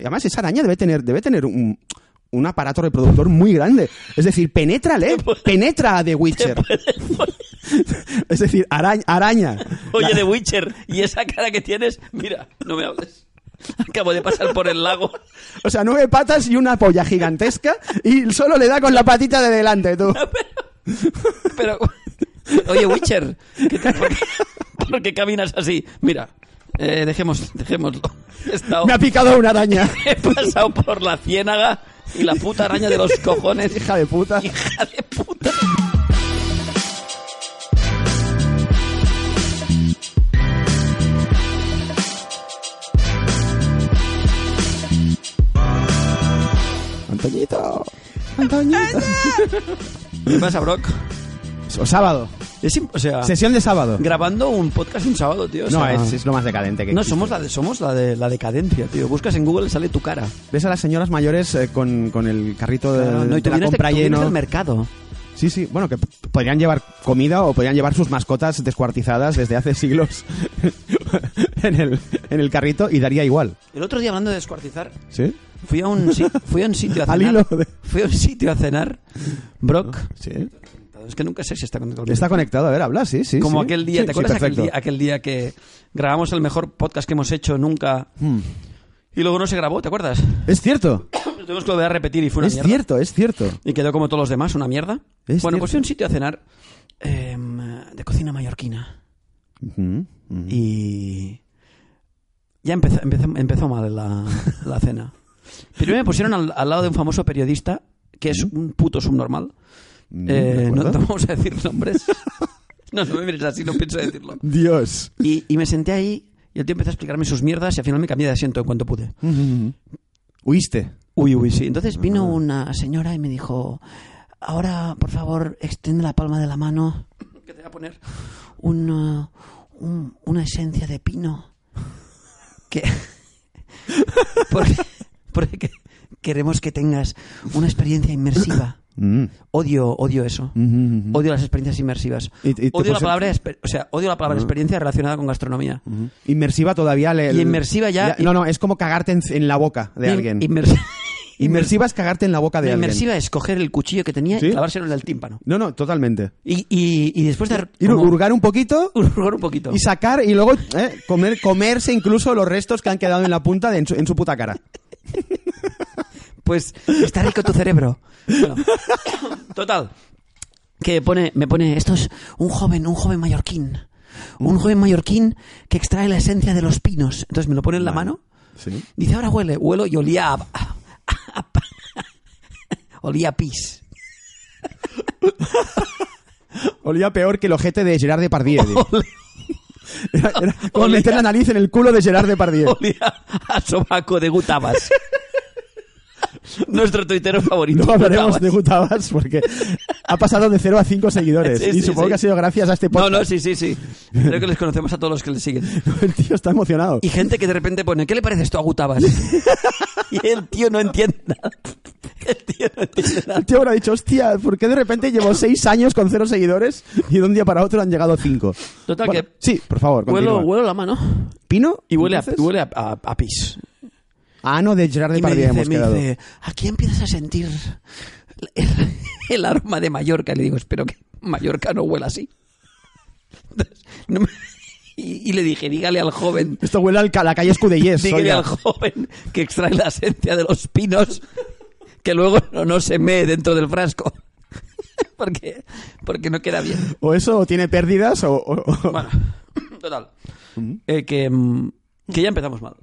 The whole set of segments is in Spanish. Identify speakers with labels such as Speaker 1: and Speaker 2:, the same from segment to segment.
Speaker 1: Además, esa araña debe tener, debe tener un, un aparato reproductor muy grande. Es decir, penétrale, penetra a The Witcher. es decir, araña. araña.
Speaker 2: Oye,
Speaker 1: La-
Speaker 2: de Witcher, y esa cara que tienes, mira, no me hables. Acabo de pasar por el lago.
Speaker 1: O sea, nueve patas y una polla gigantesca y solo le da con la patita de delante, tú.
Speaker 2: Pero, oye, Witcher, ¿qué te- por, qué, por qué caminas así? Mira, eh, dejemos, dejémoslo. He, estado-
Speaker 1: Me ha picado una araña.
Speaker 2: he pasado por la ciénaga y la puta araña de los cojones.
Speaker 1: Hija de puta.
Speaker 2: Hija de puta.
Speaker 1: Antoñito. Antoñito.
Speaker 2: ¿Qué pasa, Brock?
Speaker 1: O sábado.
Speaker 2: Es im- o sea,
Speaker 1: Sesión de sábado.
Speaker 2: grabando un podcast un sábado, tío. o
Speaker 1: No,
Speaker 2: sea,
Speaker 1: Ah. es, es lo más decadente que
Speaker 2: No,
Speaker 1: existe.
Speaker 2: somos la, de, somos la de la decadencia, tío. Buscas en Google y sale tu cara.
Speaker 1: Ves a las señoras mayores eh, con, con el carrito de,
Speaker 2: Claro, no, y
Speaker 1: Eh, de
Speaker 2: tú
Speaker 1: la
Speaker 2: vienes, de-
Speaker 1: compra
Speaker 2: tú vienes
Speaker 1: lleno.
Speaker 2: del mercado.
Speaker 1: Sí, sí, bueno, que p- podrían llevar comida o podrían llevar sus mascotas descuartizadas desde hace siglos en, el, en el carrito y daría igual.
Speaker 2: El otro día, hablando de descuartizar,
Speaker 1: ¿Sí?
Speaker 2: fui a un, si- fui a un sitio a
Speaker 1: Al
Speaker 2: cenar.
Speaker 1: hilo de-
Speaker 2: Fui a un sitio a cenar. Brock.
Speaker 1: Sí.
Speaker 2: Es que nunca sé si está conectado.
Speaker 1: Está conectado, a ver, habla, sí, sí.
Speaker 2: Como
Speaker 1: sí.
Speaker 2: aquel día,
Speaker 1: Sí, sí,
Speaker 2: ¿te acuerdas aquel,
Speaker 1: perfecto.
Speaker 2: día, aquel día que grabamos el mejor podcast que hemos hecho nunca
Speaker 1: Mm.
Speaker 2: y luego no se grabó? ¿Te acuerdas?
Speaker 1: Es cierto,
Speaker 2: Lo tuvimos que volver a repetir y fue una
Speaker 1: es
Speaker 2: mierda.
Speaker 1: cierto, es cierto.
Speaker 2: Y quedó como todos los demás, una mierda.
Speaker 1: Es cierto.
Speaker 2: bueno, pues fui a un sitio a cenar em, de cocina mallorquina.
Speaker 1: Ujú, ujú.
Speaker 2: Y ya empezó, empezó, empezó mal la, la cena. Primero me pusieron al, al lado de un famoso periodista, que es un puto subnormal.
Speaker 1: Mm, ¿de
Speaker 2: Eh, no
Speaker 1: acuerdo?
Speaker 2: te vamos a decir nombres. No, no me mires así, no pienso decirlo.
Speaker 1: Dios.
Speaker 2: Y, y me senté ahí y el tío empezó a explicarme sus mierdas y al final me cambié de asiento en cuanto pude.
Speaker 1: Ujú, ujú. Huiste.
Speaker 2: Uy, uy, sí. Entonces vino una señora y me dijo, ahora, por favor, extiende la palma de la mano. que te voy a poner? Un, uh, un- una esencia de pino. Que... porque, porque queremos que tengas una experiencia inmersiva.
Speaker 1: Mm,
Speaker 2: Odio, odio eso.
Speaker 1: ujú, ujú.
Speaker 2: Odio las experiencias inmersivas.
Speaker 1: Mm-hmm. Y- y te
Speaker 2: Odio
Speaker 1: puse-
Speaker 2: la
Speaker 1: Mm-hmm.
Speaker 2: palabra, exper- o sea, odio la palabra experiencia relacionada con gastronomía.
Speaker 1: Ujú. Inmersiva todavía le.
Speaker 2: Y inmersiva ya-
Speaker 1: No, no, es como cagarte en, en la boca de
Speaker 2: In-
Speaker 1: alguien.
Speaker 2: inmers-
Speaker 1: Inmersiva es cagarte en la boca de
Speaker 2: La
Speaker 1: alguien.
Speaker 2: inmersiva es coger el cuchillo que tenía
Speaker 1: ¿Sí?
Speaker 2: y clavárselo en el tímpano.
Speaker 1: No, no, totalmente.
Speaker 2: Y, y, y después de
Speaker 1: Ir
Speaker 2: como-
Speaker 1: hurgar un poquito
Speaker 2: hurgar un poquito.
Speaker 1: y sacar y luego eh, comer, comerse incluso los restos que han quedado en la punta de, en, su, en su puta cara.
Speaker 2: Pues está rico tu cerebro. Bueno, total. Que pone, me pone, esto es un joven, un joven mallorquín. Un joven mallorquín que extrae la esencia de los pinos. Entonces me lo pone en la mano.
Speaker 1: Sí.
Speaker 2: Dice, ahora huele, huelo y olía a... a- a- olía a pis.
Speaker 1: Olía peor que el ojete de Gerard Depardieu. digo.
Speaker 2: Olía-
Speaker 1: Era, era como
Speaker 2: Olía.
Speaker 1: meter la nariz en el culo de Gerard Depardieu.
Speaker 2: Olía a sobaco de gutabas. Nuestro tuitero favorito.
Speaker 1: Luego hablaremos
Speaker 2: Gutabas.
Speaker 1: de Gutabas porque ha pasado de 0 a 5 seguidores.
Speaker 2: Sí,
Speaker 1: y
Speaker 2: sí,
Speaker 1: supongo
Speaker 2: sí.
Speaker 1: que ha sido gracias a este
Speaker 2: No,
Speaker 1: podcast.
Speaker 2: no, sí, sí, sí. Creo que les conocemos a todos los que les siguen.
Speaker 1: El tío está emocionado.
Speaker 2: Y gente que de repente pone, ¿qué le parece esto a Gutabas? y el tío no entiende nada. El tío no entiende nada.
Speaker 1: El tío ahora ha dicho, hostia, ¿por qué de repente llevo 6 años con 0 seguidores y de un día para otro han llegado 5?
Speaker 2: Total que-
Speaker 1: Sí, por favor,
Speaker 2: Huelo,
Speaker 1: continúa.
Speaker 2: huelo la mano
Speaker 1: ¿Pino?
Speaker 2: y huele, a,
Speaker 1: entonces?
Speaker 2: huele a, a- a pis.
Speaker 1: Ah, no, de Gerard
Speaker 2: Y me
Speaker 1: Depardieu
Speaker 2: dice,
Speaker 1: hemos
Speaker 2: me
Speaker 1: quedado.
Speaker 2: dice, aquí empiezas a sentir el, el aroma de Mallorca. Y le digo, espero que Mallorca no huela así. Entonces, no me- y, y le dije, dígale al joven
Speaker 1: Esto huele al ca- la calle Escudellés.
Speaker 2: Dígale
Speaker 1: oiga.
Speaker 2: al joven que extrae la esencia de los pinos que luego no, no se mee dentro del frasco. Porque, porque no queda bien.
Speaker 1: O eso, o tiene pérdidas, o... o- o-
Speaker 2: Bueno, total. Eh, que, mm, que ya empezamos mal.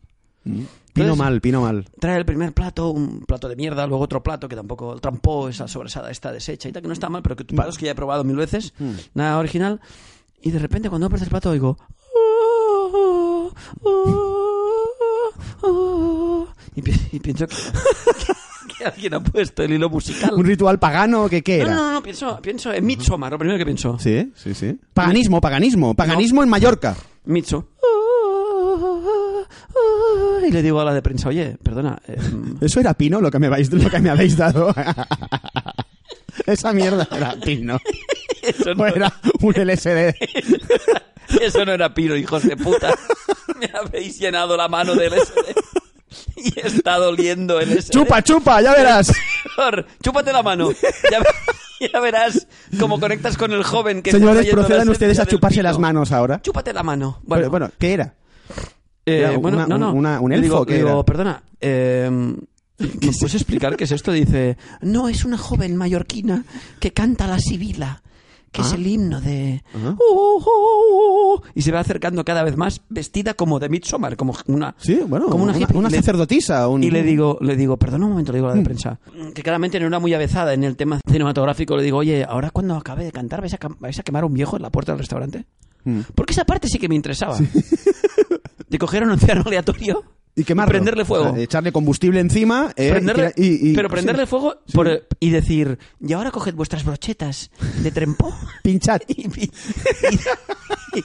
Speaker 1: pino
Speaker 2: entonces-
Speaker 1: mal, pino mal.
Speaker 2: Trae el primer plato, un plato de mierda, luego otro plato que tampoco, el trampó, esa sobresada está deshecha y tal, que no está mal, pero que tú palos que ya he probado mil veces, nada original. Y de repente cuando aparece el plato oigo... Y, pi- y pienso que, que alguien ha puesto el hilo musical.
Speaker 1: ¿Un ritual pagano o qué, qué
Speaker 2: No, no,
Speaker 1: era?
Speaker 2: no, no, pienso, pienso en Midsommar, lo primero que pienso.
Speaker 1: Sí, sí, sí. Paganismo, paganismo. Paganismo en Mallorca.
Speaker 2: Mitsu. Y le digo a la de prensa, oye, perdona, em,
Speaker 1: ¿Eso era pino lo que me, vais- lo que me habéis dado? Esa mierda era pino.
Speaker 2: eso
Speaker 1: O
Speaker 2: no-
Speaker 1: era un LSD.
Speaker 2: Eso no era piro, hijos de puta. Me habéis llenado la mano del SD. Y está doliendo en ese.
Speaker 1: Chupa, chupa, ya verás.
Speaker 2: Señor, chúpate la mano. Ya, ve- ya verás cómo conectas con el joven que está
Speaker 1: Señores,
Speaker 2: trayendo la
Speaker 1: procedan
Speaker 2: esencia
Speaker 1: ustedes a
Speaker 2: del
Speaker 1: chuparse
Speaker 2: pino.
Speaker 1: las manos ahora.
Speaker 2: Chúpate la mano.
Speaker 1: Bueno,
Speaker 2: Bueno,
Speaker 1: bueno ¿qué era?
Speaker 2: eh,
Speaker 1: era
Speaker 2: bueno,
Speaker 1: una-
Speaker 2: no, no.
Speaker 1: una- un
Speaker 2: Le
Speaker 1: elfo,
Speaker 2: digo,
Speaker 1: ¿qué
Speaker 2: le digo,
Speaker 1: era?
Speaker 2: perdona, eh, ¿me puedes explicar qué es esto? Dice,
Speaker 3: No, es una joven mallorquina que canta la sibila, que
Speaker 1: Ah.
Speaker 3: es el himno de...
Speaker 2: "Oh, oh, oh, oh", y se va acercando cada vez más vestida como de Midsommar, como una
Speaker 1: Sí, bueno,
Speaker 2: como
Speaker 1: una,
Speaker 2: hippie.
Speaker 1: una
Speaker 2: Le-
Speaker 1: sacerdotisa. un-
Speaker 2: Y le digo, le digo, perdona un momento, le digo a
Speaker 1: Mm.
Speaker 2: la de prensa, que claramente no era muy avezada en el tema cinematográfico, le digo, oye, ahora cuando acabe de cantar, ¿vais a, cam- vais a quemar a un viejo en la puerta del restaurante?
Speaker 1: Mm.
Speaker 2: Porque esa parte sí que me interesaba. De coger un anciano aleatorio
Speaker 1: Y quemarlo.
Speaker 2: prenderle fuego.
Speaker 1: O sea, echarle combustible encima. eh,
Speaker 2: Prenderle-
Speaker 1: y, y- y-
Speaker 2: pero prenderle
Speaker 1: sí,
Speaker 2: fuego por- y decir, y ahora coged vuestras brochetas de trempo
Speaker 1: Pinchad.
Speaker 2: y, y- y-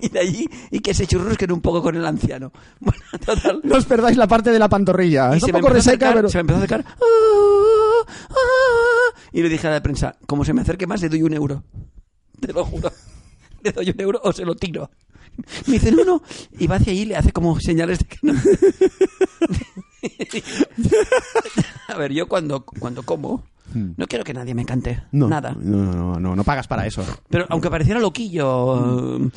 Speaker 2: y de allí y que se churrusquen un poco con el anciano. Bueno, total.
Speaker 1: No os perdáis la parte de la pantorrilla.
Speaker 2: Y
Speaker 1: es
Speaker 2: se
Speaker 1: un
Speaker 2: me,
Speaker 1: poco
Speaker 2: empezó a
Speaker 1: reseca,
Speaker 2: acercar,
Speaker 1: pero.
Speaker 2: se me empezó a acercar. Ah, ah. Y le dije a la de prensa, como se me acerque más, le doy un euro. Te lo juro. Le doy un euro o se lo tiro. Me dice, no, no. Y va hacia allí y le hace como señales de que no. a ver, yo cuando, cuando como, no quiero que nadie me cante.
Speaker 1: No,
Speaker 2: Nada.
Speaker 1: No, no, no, no, no pagas para eso.
Speaker 2: Pero aunque pareciera loquillo... eh,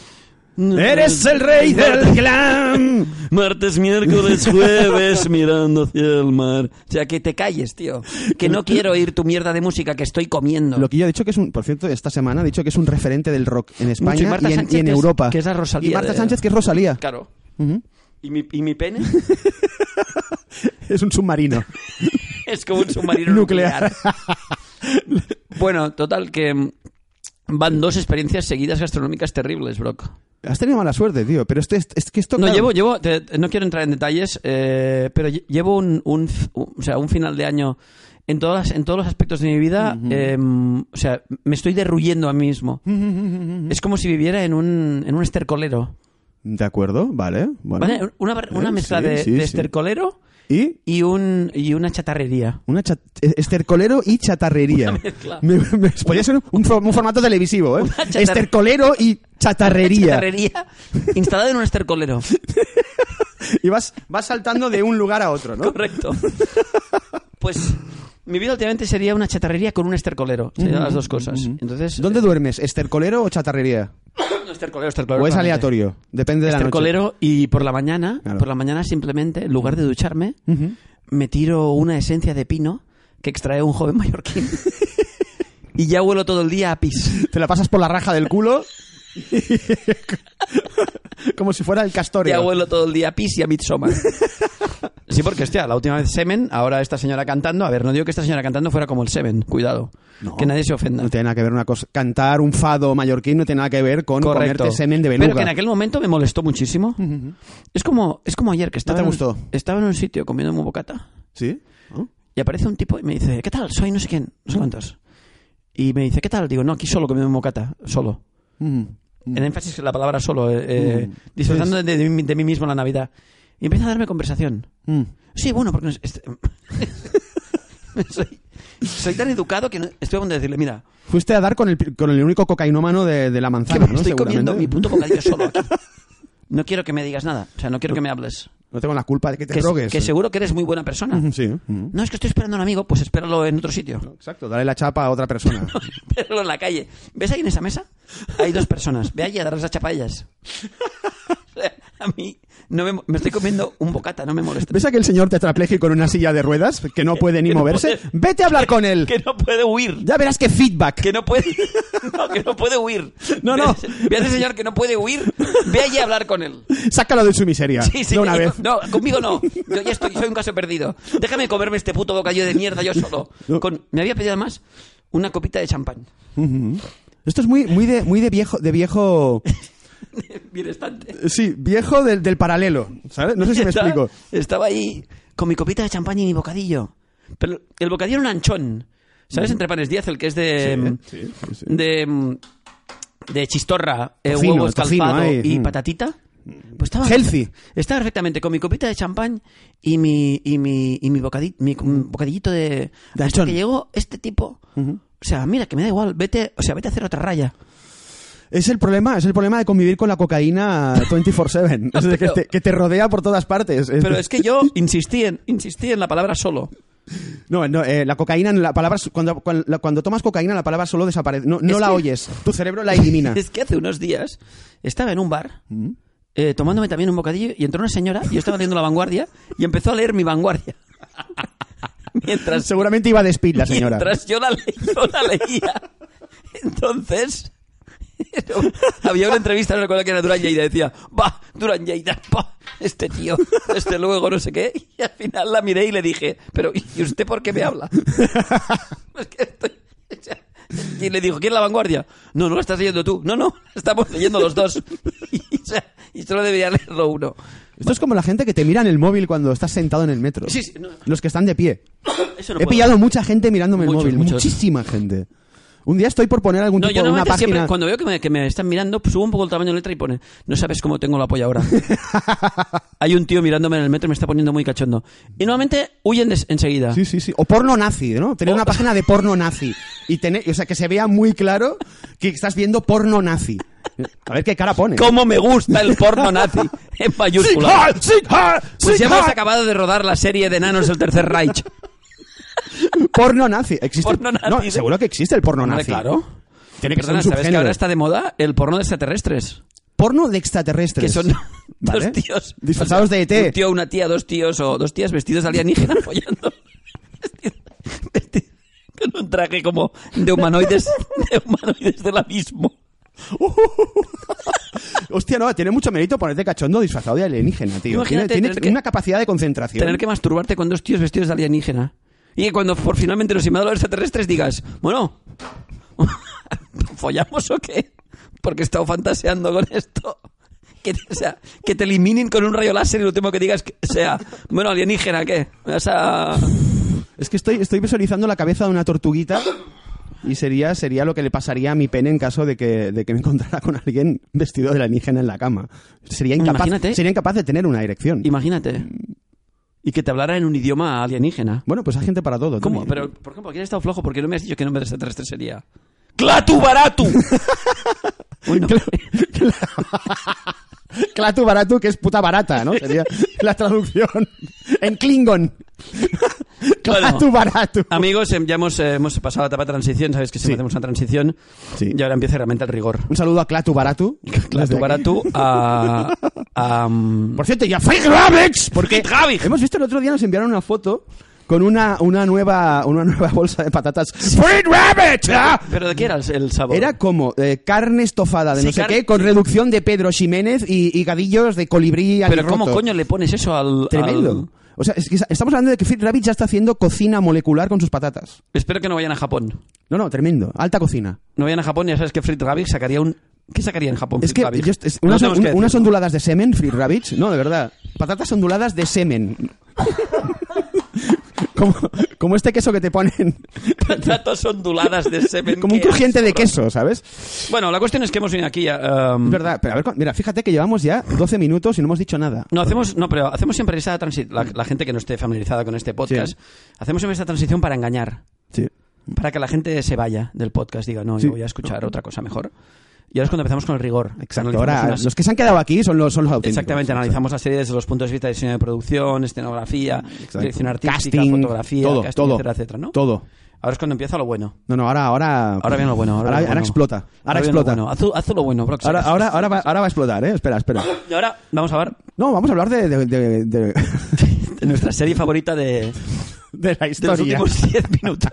Speaker 1: Mm. ¡Eres el rey del clan!
Speaker 2: Martes, miércoles, jueves, mirando hacia el mar. O sea, que te calles, tío. Que no quiero oír tu mierda de música que estoy comiendo.
Speaker 1: Lo que yo he dicho que es un, por cierto, esta semana ha dicho que es un referente del rock en
Speaker 2: Mucho, y
Speaker 1: España
Speaker 2: Marta
Speaker 1: y, en,
Speaker 2: Sánchez,
Speaker 1: y en
Speaker 2: que es-
Speaker 1: Europa.
Speaker 2: que es la Rosalía
Speaker 1: Y Marta
Speaker 2: de-
Speaker 1: Sánchez, que es Rosalía.
Speaker 2: Claro.
Speaker 1: Ujú.
Speaker 2: ¿Y mi, y mi pene?
Speaker 1: Es un submarino.
Speaker 2: es como un submarino nuclear. bueno, total, que mm, van dos experiencias seguidas gastronómicas terribles, Brock.
Speaker 1: Has tenido mala suerte, tío, pero esto es, es que esto.
Speaker 2: No,
Speaker 1: claro,
Speaker 2: llevo, llevo, te- te- no quiero entrar en detalles, eh, pero lle- llevo un, un f- un- o sea, un final de año en, todas, las- en todos los aspectos de mi vida. em, o sea, me estoy derruyendo a mí mismo. Es como si viviera en un, en un estercolero.
Speaker 1: De acuerdo, vale. bueno.
Speaker 2: ¿vale? Una, bar- una
Speaker 1: Eh,
Speaker 2: mezcla
Speaker 1: sí,
Speaker 2: de,
Speaker 1: sí,
Speaker 2: de
Speaker 1: sí.
Speaker 2: estercolero
Speaker 1: Y
Speaker 2: y, un, y una chatarrería.
Speaker 1: Una chat- e, estercolero y chatarrería. Me- me- podría ser un, for- un formato televisivo, ¿eh?
Speaker 2: Una chatar-
Speaker 1: Estercolero y chatarrería.
Speaker 2: Chatarrería instalada en un estercolero.
Speaker 1: Y vas, vas saltando de un lugar a otro, ¿no?
Speaker 2: Correcto. Pues mi vida últimamente sería una chatarrería con un estercolero. Serían las dos cosas. Entonces,
Speaker 1: ¿Dónde duermes? ¿Estercolero o chatarrería?
Speaker 2: No, estercolero, estercolero,
Speaker 1: ¿O es
Speaker 2: claramente.
Speaker 1: aleatorio? Depende de la noche.
Speaker 2: Estercolero Este y por la mañana,
Speaker 1: Claro.
Speaker 2: por la mañana simplemente, en lugar de ducharme,
Speaker 1: Ujú.
Speaker 2: me tiro una esencia de pino que extrae un joven mallorquín. y ya huelo todo el día a pis.
Speaker 1: Te la pasas por la raja del culo. Como si fuera el
Speaker 2: Ya
Speaker 1: castorio.
Speaker 2: huelo todo el día a pis y a midsoma. Sí, porque, hostia, la última vez semen, ahora esta señora cantando. A ver, no digo que esta señora cantando fuera como el semen, cuidado. Que nadie se ofenda.
Speaker 1: No tiene nada que ver una cosa. Cantar un fado mallorquín no tiene nada que ver con
Speaker 2: Correcto.
Speaker 1: comerte semen de
Speaker 2: Pero que en
Speaker 1: beluga.
Speaker 2: aquel momento me molestó muchísimo. Es como, es como ayer que estaba,
Speaker 1: te
Speaker 2: en un-
Speaker 1: gustó?
Speaker 2: estaba en un sitio comiendo un bocata.
Speaker 1: ¿Sí? ¿No?
Speaker 2: Y aparece un tipo y me dice, ¿qué tal? Soy no sé quién, no sé cuántos. Y me dice, ¿qué tal? Digo, no, aquí solo comiendo mocata, solo.
Speaker 1: Ujú.
Speaker 2: En énfasis en la palabra solo, eh, eh,
Speaker 1: Mm.
Speaker 2: disfrutando de, de mí- de mí mismo en la Navidad. Y empieza a darme conversación.
Speaker 1: Mm.
Speaker 2: Sí, bueno, porque... nos- este- soy, soy tan educado que no- estoy a punto de decirle, mira,
Speaker 1: Fuiste a dar con el, con el único cocainómano de, de la
Speaker 2: que
Speaker 1: manzana,
Speaker 2: me
Speaker 1: ¿no?
Speaker 2: estoy comiendo mi
Speaker 1: Seguramente.
Speaker 2: puto bocadillo solo aquí. No quiero que me digas nada, o sea, no quiero que me hables.
Speaker 1: No tengo la culpa de que te
Speaker 2: Que,
Speaker 1: drogues. eh.
Speaker 2: que seguro que eres muy buena persona.
Speaker 1: Mm, Sí. mm.
Speaker 2: No, es que estoy esperando a un amigo, pues espéralo en otro sitio.
Speaker 1: Exacto, dale la chapa a otra persona.
Speaker 2: Pero en la calle. ¿Ves ahí en esa mesa? Hay dos personas. Ve allí a darles a chapallas. O sea, a mí no me, mo- me estoy comiendo un bocata, no me molesta.
Speaker 1: ¿Ves aquel señor tetrapléjico en una silla de ruedas que no puede ni
Speaker 2: que no
Speaker 1: moverse?
Speaker 2: puede.
Speaker 1: ¡Vete a hablar con él!
Speaker 2: Que no puede huir.
Speaker 1: Ya verás qué feedback.
Speaker 2: Que no puede. No, que no puede huir.
Speaker 1: No,
Speaker 2: Ve
Speaker 1: no.
Speaker 2: a ese- Ve a ese señor que no puede huir. Ve allí a hablar con él.
Speaker 1: Sácalo de su miseria.
Speaker 2: Sí, sí,
Speaker 1: de Ah, una
Speaker 2: yo-
Speaker 1: vez.
Speaker 2: No, conmigo no. Yo ya estoy, soy un caso perdido. Déjame comerme este puto bocadillo de mierda yo solo.
Speaker 1: No.
Speaker 2: Con, me había pedido además una copita de champán.
Speaker 1: Esto es muy, muy de, muy de viejo, de viejo.
Speaker 2: Bienestante.
Speaker 1: Sí, viejo del, del paralelo. ¿Sabes? No sé si me
Speaker 2: Estaba-
Speaker 1: explico.
Speaker 2: Estaba ahí con mi copita de champaña y mi bocadillo. Pero el bocadillo era un anchón. ¿Sabes? Entre panes Díaz, el que es de.
Speaker 1: Mm.
Speaker 2: mm,
Speaker 1: Sí, sí, sí, sí.
Speaker 2: em, de. mm, de chistorra, eh,
Speaker 1: Tocino,
Speaker 2: huevo escalfado
Speaker 1: tocino, ahí.
Speaker 2: y
Speaker 1: Mm.
Speaker 2: patatita. Pues estaba.
Speaker 1: Healthy.
Speaker 2: Estaba perfectamente con mi copita de champán y mi. y mi. y mi, bocadi- mi mm, bocadillito de.
Speaker 1: De
Speaker 2: hasta
Speaker 1: anchón.
Speaker 2: que llegó este tipo. O sea, mira, que me da igual, vete, o sea, vete a hacer otra raya.
Speaker 1: Es el problema, es el problema de convivir con la cocaína 24/7, Es decir, que,
Speaker 2: pero-
Speaker 1: te, que te rodea por todas partes.
Speaker 2: Pero es que yo insistí en, insistí en la palabra solo.
Speaker 1: No, no, eh, la cocaína, la palabra cuando, cuando, cuando tomas cocaína la palabra solo desaparece, no, no
Speaker 2: Es
Speaker 1: la
Speaker 2: que-
Speaker 1: oyes, tu cerebro la elimina.
Speaker 2: Es que hace unos días estaba en un bar eh, tomándome también un bocadillo y entró una señora, yo estaba leyendo La Vanguardia y empezó a leer Mi Vanguardia. Mientras
Speaker 1: Seguramente iba de speed la señora.
Speaker 2: Mientras yo la, le- yo la leía. Entonces, había una entrevista, no recuerdo que era Durán Lleida, decía, va, Durán Lleida, va, este tío, desde luego, no sé qué. Y al final la miré y le dije, pero ¿y usted por qué me habla? Es que estoy- o sea, Y le dijo, ¿quién es la vanguardia? No, no la estás leyendo tú. No, no, la estamos leyendo los dos. Y, o sea, y solo debería leerlo uno.
Speaker 1: Esto es como la gente que te mira en el móvil cuando estás sentado en el metro.
Speaker 2: Sí, sí, no.
Speaker 1: Los que están de pie.
Speaker 2: Eso no
Speaker 1: He
Speaker 2: puedo.
Speaker 1: pillado mucha gente mirándome
Speaker 2: Muchos,
Speaker 1: el móvil,
Speaker 2: muchos.
Speaker 1: muchísima gente. Un día estoy por poner algún
Speaker 2: No,
Speaker 1: tipo
Speaker 2: yo
Speaker 1: de una
Speaker 2: normalmente siempre,
Speaker 1: página.
Speaker 2: cuando veo que me, que me están mirando, pues, subo un poco el tamaño de letra y pone, no sabes cómo tengo la polla ahora. Hay un tío mirándome en el metro y me está poniendo muy cachondo. Y normalmente huyen des- enseguida.
Speaker 1: Sí, sí, sí. O porno nazi, ¿no? Tener una página de porno nazi. Y tener, o sea, que se vea muy claro que estás viendo porno nazi. A ver qué cara pone.
Speaker 2: ¿Cómo me gusta el porno nazi? En mayúscula.
Speaker 1: Sieg Heil, Sieg Heil,
Speaker 2: Pues ya
Speaker 1: Sieg
Speaker 2: hemos
Speaker 1: Heil.
Speaker 2: acabado de rodar la serie de enanos del Tercer Reich.
Speaker 1: Porno nazi. Existe.
Speaker 2: Porno nazi.
Speaker 1: No, seguro que existe el porno
Speaker 2: Hombre,
Speaker 1: nazi.
Speaker 2: claro.
Speaker 1: Tiene que ser
Speaker 2: Perdona,
Speaker 1: un
Speaker 2: ¿sabes que
Speaker 1: subgénero.
Speaker 2: ahora está de moda el porno de extraterrestres?
Speaker 1: Porno de extraterrestres.
Speaker 2: Que son
Speaker 1: ¿Vale?
Speaker 2: dos tíos.
Speaker 1: Disfrazados
Speaker 2: O sea,
Speaker 1: de E ET.
Speaker 2: Un tío, una tía, dos tíos o dos tías vestidos de alienígena follando. Vestido- vestido con un traje como de humanoides, de humanoides del abismo.
Speaker 1: Hostia, no, tiene mucho mérito ponerte cachondo disfrazado de alienígena, tío. Tiene,
Speaker 2: Imagínate
Speaker 1: tiene
Speaker 2: tener que-
Speaker 1: una capacidad de concentración.
Speaker 2: Tener que masturbarte con dos tíos vestidos de alienígena. Y que cuando por finalmente los invadan los extraterrestres digas, bueno, ¿follamos o qué? Porque he estado fantaseando con esto. Que, te- o sea, que te eliminen con un rayo láser y lo último que digas que sea, bueno, alienígena, ¿qué? ¿Me vas a...?
Speaker 1: Es que estoy, estoy visualizando la cabeza de una tortuguita y sería, sería lo que le pasaría a mi pene en caso de que, de que me encontrara con alguien vestido de alienígena en la cama. Sería incapaz,
Speaker 2: Imagínate.
Speaker 1: sería incapaz de tener una erección.
Speaker 2: Imagínate.
Speaker 1: Mm.
Speaker 2: Y que te hablara en un idioma alienígena.
Speaker 1: Bueno, pues hay gente para todo.
Speaker 2: ¿Cómo?
Speaker 1: Tony.
Speaker 2: Pero, por ejemplo, aquí he estado flojo porque no me has dicho qué nombre de extraterrestre sería. ¡Clatu Baratu! Uy, no.
Speaker 1: Clatu baratu, que es puta barata, ¿no? Sería la traducción en Klingon. Clatu baratu.
Speaker 2: Amigos, em, ya hemos, eh, hemos pasado la etapa de transición. Sabes que siempre hacemos una transición.
Speaker 1: Sí.
Speaker 2: Y ahora empieza realmente el rigor.
Speaker 1: Un saludo a Clatu baratu. Desde
Speaker 2: Clatu
Speaker 1: aquí.
Speaker 2: Baratu a. a, mm,
Speaker 1: Por cierto, ya Fake Rabbits, porque
Speaker 2: FreeGravix.
Speaker 1: hemos visto el otro día nos enviaron una foto con una, una nueva una nueva bolsa de patatas. Free Rabbit. ¡ah!
Speaker 2: ¿Pero de qué era el- el sabor?
Speaker 1: Era como eh, carne estofada de
Speaker 2: ¿eh? Sí,
Speaker 1: no sé
Speaker 2: carne-
Speaker 1: qué, con reducción de Pedro Ximénez y, y gadillos de colibrí.
Speaker 2: ¿Pero
Speaker 1: alirroto.
Speaker 2: cómo coño Ah. le pones eso al.
Speaker 1: Tremendo.
Speaker 2: al-
Speaker 1: O sea, es que estamos hablando de que Fit Rabbit ya está haciendo cocina molecular con sus patatas.
Speaker 2: Espero que no vayan a Japón.
Speaker 1: No, no, tremendo. Alta cocina.
Speaker 2: No vayan a Japón, ya sabes que Fritz Rabbit sacaría un. ¿Qué sacaría en Japón?
Speaker 1: Es
Speaker 2: Fritz
Speaker 1: que
Speaker 2: Rabbit?
Speaker 1: yo- es-
Speaker 2: No
Speaker 1: unas,
Speaker 2: tenemos
Speaker 1: un-
Speaker 2: que
Speaker 1: unas
Speaker 2: decirlo.
Speaker 1: onduladas de semen, Free Rabbits, no, de verdad. Patatas onduladas de semen. Como, como este queso que te ponen.
Speaker 2: Patatas onduladas de semen.
Speaker 1: Como un
Speaker 2: que-
Speaker 1: crujiente de queso, ¿sabes?
Speaker 2: Bueno, la cuestión es que hemos venido aquí a. um,
Speaker 1: Es verdad. Pero a ver, cu- mira, fíjate que llevamos ya 12 minutos y no hemos dicho nada.
Speaker 2: No, hacemos, no, pero hacemos siempre esa transición. La, la gente que no esté familiarizada con este podcast, hacemos siempre esta transición para engañar.
Speaker 1: Sí.
Speaker 2: Para que la gente se vaya del podcast, diga, no,
Speaker 1: Sí.
Speaker 2: yo voy a escuchar otra cosa mejor. Y ahora es cuando empezamos con el rigor.
Speaker 1: Exacto.
Speaker 2: Analizamos
Speaker 1: Ahora,
Speaker 2: unas-
Speaker 1: los que se han quedado aquí son los, son los auténticos.
Speaker 2: Exactamente, analizamos la serie desde los puntos de vista de diseño de producción, escenografía, dirección artística,
Speaker 1: Casting,
Speaker 2: fotografía,
Speaker 1: todo,
Speaker 2: casting,
Speaker 1: todo,
Speaker 2: etcétera, etcétera, ¿no?
Speaker 1: Todo.
Speaker 2: Ahora es cuando empieza lo bueno.
Speaker 1: No, no, ahora, ahora.
Speaker 2: Ahora viene lo bueno. Ahora,
Speaker 1: Ahora,
Speaker 2: viene lo
Speaker 1: ahora
Speaker 2: bueno.
Speaker 1: explota. Ahora,
Speaker 2: viene lo
Speaker 1: explota.
Speaker 2: bueno. Haz, haz lo bueno, Brock.
Speaker 1: Ahora, ahora, ahora, va, ahora va a explotar, ¿eh? Espera, espera.
Speaker 2: Y ahora vamos a hablar
Speaker 1: No, vamos a hablar de, de, de- de-
Speaker 2: de nuestra serie favorita de,
Speaker 1: de la
Speaker 2: de los
Speaker 1: historia.
Speaker 2: últimos 10 minutos.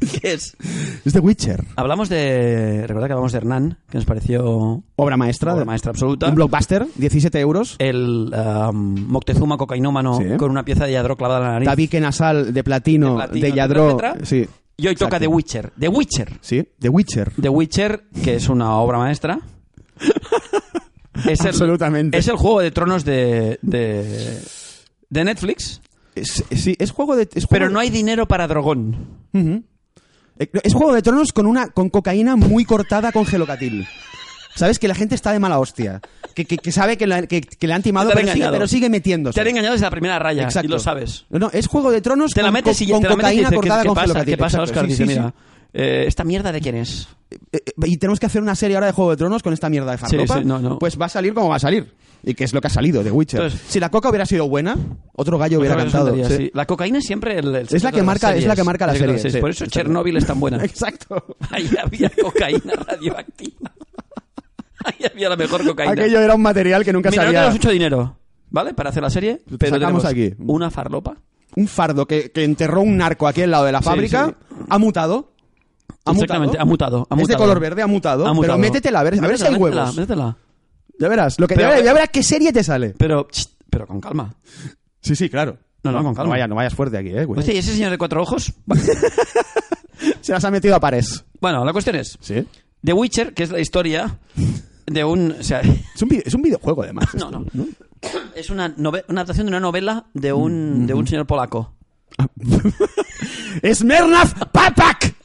Speaker 2: que es
Speaker 1: Es The Witcher.
Speaker 2: Hablamos de. Recuerda que hablamos de Hernán, que nos pareció
Speaker 1: Obra maestra.
Speaker 2: obra
Speaker 1: de-
Speaker 2: maestra absoluta.
Speaker 1: Un blockbuster, 17 euros.
Speaker 2: El um, Moctezuma cocainómano
Speaker 1: Sí.
Speaker 2: con una pieza de yadro clavada en la nariz.
Speaker 1: Tabique nasal de platino, de,
Speaker 2: De platino,
Speaker 1: Yadro.
Speaker 2: etcétera, etcétera.
Speaker 1: Sí,
Speaker 2: y hoy toca
Speaker 1: Exacto.
Speaker 2: The Witcher. The Witcher.
Speaker 1: sí, The Witcher.
Speaker 2: The Witcher, que es una obra maestra. es el,
Speaker 1: Absolutamente.
Speaker 2: Es el juego de tronos de. de, de Netflix.
Speaker 1: Es, sí, es juego de. es juego
Speaker 2: Pero
Speaker 1: de-
Speaker 2: no hay dinero para Dragón.
Speaker 1: Ujú. Eh, Es juego de tronos con una con cocaína muy cortada con gelocatil. Sabes que la gente está de mala hostia. Que, que- que sabe que, la- que- que le han timado,
Speaker 2: Te han
Speaker 1: pero sigue,
Speaker 2: engañado.
Speaker 1: pero sigue metiéndose.
Speaker 2: Te han engañado desde la primera raya.
Speaker 1: Exacto.
Speaker 2: Y lo sabes.
Speaker 1: No, no, es juego de tronos
Speaker 2: Te la
Speaker 1: con,
Speaker 2: metes
Speaker 1: con-
Speaker 2: y
Speaker 1: con
Speaker 2: te la metes y
Speaker 1: cocaína
Speaker 2: dices, ¿qué,
Speaker 1: cortada
Speaker 2: qué
Speaker 1: con
Speaker 2: pasa?
Speaker 1: gelocatil.
Speaker 2: ¿Qué pasa,
Speaker 1: Exacto,
Speaker 2: Oscar?
Speaker 1: sí,
Speaker 2: Dice,
Speaker 1: sí, sí.
Speaker 2: mira, Eh, ¿Esta mierda de quién es?
Speaker 1: Eh, eh, y tenemos que hacer una serie ahora de Juego de Tronos con esta mierda de farlopa,
Speaker 2: sí, no, no.
Speaker 1: pues va a salir como va a salir. Y que es lo que ha salido de Witcher.
Speaker 2: Entonces-
Speaker 1: si la coca hubiera sido buena, otro gallo hubiera
Speaker 2: Otra vez
Speaker 1: cantado.
Speaker 2: tontería,
Speaker 1: sí.
Speaker 2: sí. La cocaína es siempre
Speaker 1: Es
Speaker 2: el, el
Speaker 1: la que
Speaker 2: secreto de las
Speaker 1: marca- es
Speaker 2: series.
Speaker 1: la que marca la
Speaker 2: secreto de
Speaker 1: serie,
Speaker 2: las
Speaker 1: sí.
Speaker 2: Por eso Chernobyl es tan buena.
Speaker 1: Exacto.
Speaker 2: Ahí había cocaína radioactiva. Ahí había la mejor cocaína.
Speaker 1: Aquello era un material que nunca
Speaker 2: Mira, no
Speaker 1: salía.
Speaker 2: tenemos mucho dinero, ¿vale? Para hacer la serie. Pero
Speaker 1: sacamos
Speaker 2: tenemos
Speaker 1: aquí.
Speaker 2: Una farlopa.
Speaker 1: Un fardo que, que enterró un narco aquí al lado de la fábrica. Ha mutado. Ha
Speaker 2: Exactamente,
Speaker 1: mutado.
Speaker 2: ha mutado. ha
Speaker 1: Es de
Speaker 2: mutado.
Speaker 1: color verde, ha mutado.
Speaker 2: Ha mutado.
Speaker 1: Pero métetela, a ver, a ver si hay
Speaker 2: Métetela,
Speaker 1: huevos.
Speaker 2: métetela.
Speaker 1: Ya verás, lo que,
Speaker 2: Pero-
Speaker 1: ya, verás, ya verás qué serie te sale.
Speaker 2: Pero, chst, pero con calma.
Speaker 1: Sí, sí, claro.
Speaker 2: No, no, con calma.
Speaker 1: No vayas, no vayas fuerte aquí, eh, güey.
Speaker 2: Oye, ¿y ese señor de cuatro ojos?
Speaker 1: Se las ha metido a pares.
Speaker 2: Bueno, la cuestión es:
Speaker 1: Sí.
Speaker 2: The Witcher, que es la historia de un. O sea,
Speaker 1: Es un, vi- es un videojuego, además.
Speaker 2: no, no. Es una, nove- una adaptación de una novela de un, de un señor polaco.
Speaker 1: ¡Smernav Papak!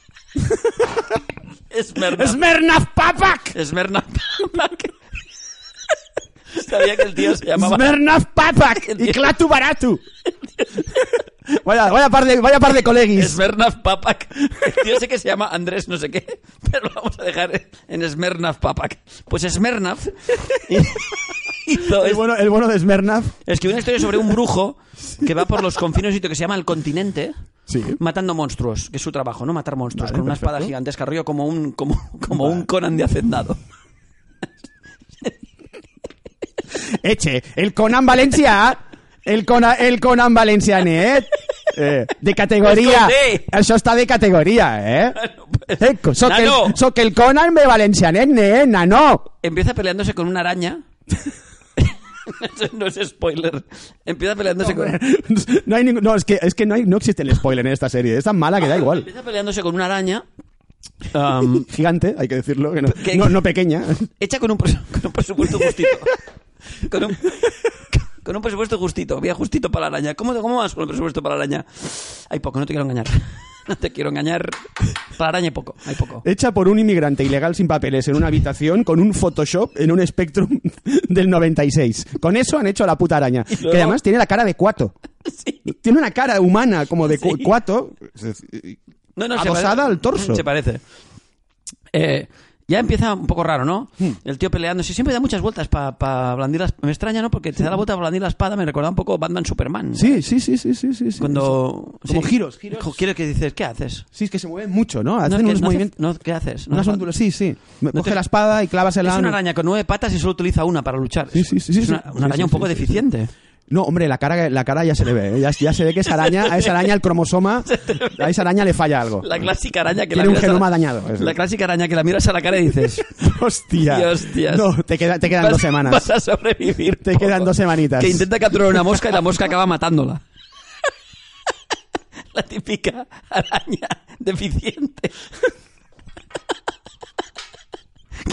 Speaker 2: Smerna.
Speaker 1: ¡Smernav Papak!
Speaker 2: Smerna. Sabía que el tío se llamaba.
Speaker 1: ¡Smernav Papak! ¡Y Klatu Baratu! Vaya, vaya par de, vaya par de coleguis.
Speaker 2: Smernav Papak. El tío sé que se llama Andrés no sé qué, pero lo vamos a dejar en Smernav Papak. Pues Smernav hizo
Speaker 1: El
Speaker 2: es-
Speaker 1: bueno, el bueno de Smernav.
Speaker 2: escribió una historia sobre un brujo que va por los confines de un sitio que se llama El Continente
Speaker 1: Sí.
Speaker 2: matando monstruos, que es su trabajo, ¿no? Matar monstruos
Speaker 1: Vale,
Speaker 2: con una
Speaker 1: perfecto.
Speaker 2: espada gigantesca, rollo como un, como, como un Conan de hacendado.
Speaker 1: Eche, el Conan Valencia. El, Cona- el Conan Valencianet. Eh, de categoría.
Speaker 2: Escolté.
Speaker 1: Eso está de categoría, eh.
Speaker 2: pues,
Speaker 1: Eh, so, que
Speaker 2: Nano.
Speaker 1: el, so que el Conan me Valencianet, eh, nano.
Speaker 2: Empieza peleándose con una araña. Eso no es spoiler. Empieza peleándose con...
Speaker 1: No, hay ningún- no, es que, es que no, hay- no existe el spoiler en esta serie. Es tan mala que da igual.
Speaker 2: Empieza peleándose con una araña. um,
Speaker 1: Gigante, hay que decirlo. que no,
Speaker 2: ¿Qué-
Speaker 1: no- no pequeña.
Speaker 2: hecha con un, pres- con un presupuesto justito. Con un, con un presupuesto justito. Había justito para la araña. ¿Cómo, ¿Cómo vas con el presupuesto para la araña? Hay poco, no te quiero engañar. No te quiero engañar. Para la araña hay poco, hay poco.
Speaker 1: Hecha por un inmigrante ilegal sin papeles en una habitación con un Photoshop en un Spectrum del 96. Con eso han hecho a la puta araña.
Speaker 2: luego-
Speaker 1: Que además tiene la cara de cuato.
Speaker 2: Sí.
Speaker 1: Tiene una cara humana como de cu- cuato.
Speaker 2: No, no, se
Speaker 1: Adosada
Speaker 2: parece.
Speaker 1: al torso.
Speaker 2: Se parece. Eh, ya empieza un poco raro, ¿no?
Speaker 1: Hmm.
Speaker 2: El tío peleándose. Siempre da muchas vueltas para blandir la esp- Me extraña, ¿no? Porque te da la vuelta para blandir la espada. Me recordaba un poco Batman Superman.
Speaker 1: Sí, sí, sí, sí, sí, sí. sí.
Speaker 2: Cuando.
Speaker 1: Como
Speaker 2: sí.
Speaker 1: giros, giros.
Speaker 2: Jo, Quiero que dices, ¿qué haces?
Speaker 1: Sí, es que se mueven mucho, ¿no?
Speaker 2: No,
Speaker 1: Hacen
Speaker 2: es que-
Speaker 1: unos
Speaker 2: no hace-
Speaker 1: movimientos.
Speaker 2: no, ¿Qué haces? No
Speaker 1: unas
Speaker 2: hace falta.
Speaker 1: ondulaciones. Sí, sí. Coge
Speaker 2: te-
Speaker 1: la espada y clávasela.
Speaker 2: Es una araña con nueve patas y solo utiliza una para luchar.
Speaker 1: Sí, sí, sí, sí,
Speaker 2: es una,
Speaker 1: sí.
Speaker 2: una araña
Speaker 1: Sí,
Speaker 2: un poco
Speaker 1: sí, sí, sí.
Speaker 2: deficiente.
Speaker 1: No, hombre, la cara, la cara ya se le ve. ¿eh? Ya, ya se ve que esa araña, a esa araña el cromosoma, a esa araña le falla algo.
Speaker 2: La clásica araña que
Speaker 1: Tiene un
Speaker 2: la miras a la-
Speaker 1: genoma dañado, eso.
Speaker 2: La clásica araña que la miras a la cara y dices.
Speaker 1: Hostia.
Speaker 2: Y hostias.
Speaker 1: No, te, queda- te quedan
Speaker 2: vas-
Speaker 1: dos semanas.
Speaker 2: Vas a sobrevivir.
Speaker 1: Te quedan dos semanitas.
Speaker 2: Que intenta capturar una mosca y la mosca acaba matándola. La típica araña deficiente.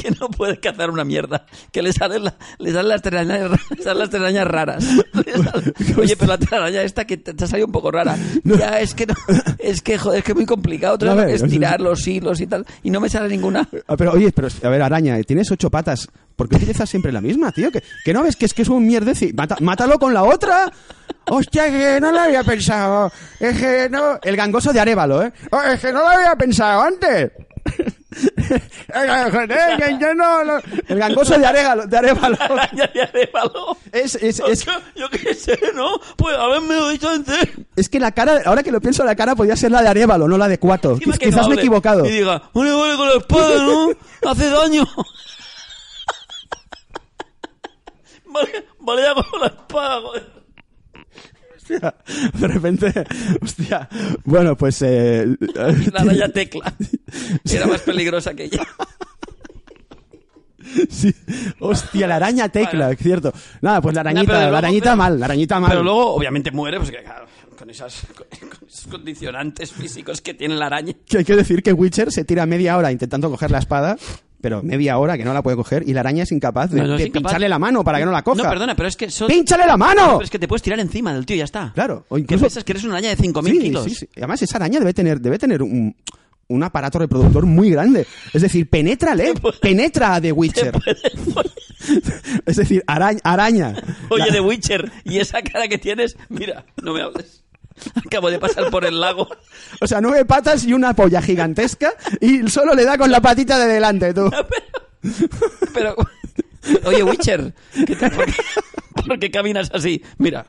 Speaker 2: Que no puede cazar una mierda. Que le salen, la- le salen las telarañas, le salen las telarañas raras. Le salen- Oye, pero la telaraña esta que te, te ha salido un poco rara. Ya, es que no, es que joder, es que es muy complicado. Otra
Speaker 1: A
Speaker 2: vez
Speaker 1: ver,
Speaker 2: es tirar los hilos y tal. Y no me sale ninguna.
Speaker 1: Ah, Pero oye, pero a ver, araña, tienes ocho patas. ¿Por qué utilizas siempre la misma, tío? ¿Que, que no ves que es que es un mierdeci? Mata- mátalo con la otra. Hostia, que no lo había pensado. Es que no. El gangoso de Arevalo, ¿eh? Oh, es que no lo había pensado antes. Eh, que yo no lo- El gangoso de Arevalo. De Arevalo.
Speaker 2: Araña de Arévalo.
Speaker 1: Es, es, es,
Speaker 2: Yo- yo qué sé, ¿no? Pues haberme lo dicho antes.
Speaker 1: es que la cara, ahora que lo pienso, la cara podía ser la de Arevalo, no la de Cuato.
Speaker 2: Encima
Speaker 1: Quiz-
Speaker 2: que
Speaker 1: Quizás
Speaker 2: no
Speaker 1: me he
Speaker 2: hable
Speaker 1: equivocado.
Speaker 2: Y diga, un vale con la espada, ¿no? Hace daño. Vale, vale ya con la espada, joder.
Speaker 1: Hostia, De repente, hostia. Bueno, pues. eh,
Speaker 2: La araña tecla. Era más peligrosa que ella.
Speaker 1: Sí. Hostia, la araña tecla,
Speaker 2: Vale.
Speaker 1: es cierto. Nada, pues la
Speaker 2: No, pero
Speaker 1: arañita,
Speaker 2: luego-
Speaker 1: la arañita
Speaker 2: pero-
Speaker 1: mal, la arañita mal.
Speaker 2: Pero luego, obviamente, muere, pues que claro, con, esas, con, con esos condicionantes físicos que tiene la araña.
Speaker 1: Que hay que decir que Witcher se tira media hora intentando coger la espada, pero media hora que no la puede coger y la araña es incapaz de,
Speaker 2: No, no, es
Speaker 1: de
Speaker 2: incapaz.
Speaker 1: pincharle la mano para que no la coja.
Speaker 2: No, perdona, pero es que eso-
Speaker 1: ¡Pínchale la mano!
Speaker 2: Pero es que te puedes tirar encima del tío, ya está.
Speaker 1: Claro, o
Speaker 2: Que
Speaker 1: incluso-
Speaker 2: piensas que eres una araña de 5.000
Speaker 1: Sí,
Speaker 2: kilos.
Speaker 1: sí, sí. Además, esa araña debe tener, debe tener un, un aparato reproductor muy grande. Es decir, penétrale, penetra a The Witcher. Es decir, araña. araña.
Speaker 2: Oye, de Witcher, y esa cara que tienes, mira, no me hables. Acabo de pasar por el lago.
Speaker 1: O sea, nueve patas y una polla gigantesca y solo le da con la patita de delante, tú.
Speaker 2: Pero, oye, Witcher, ¿qué te- por, qué, por qué caminas así? Mira,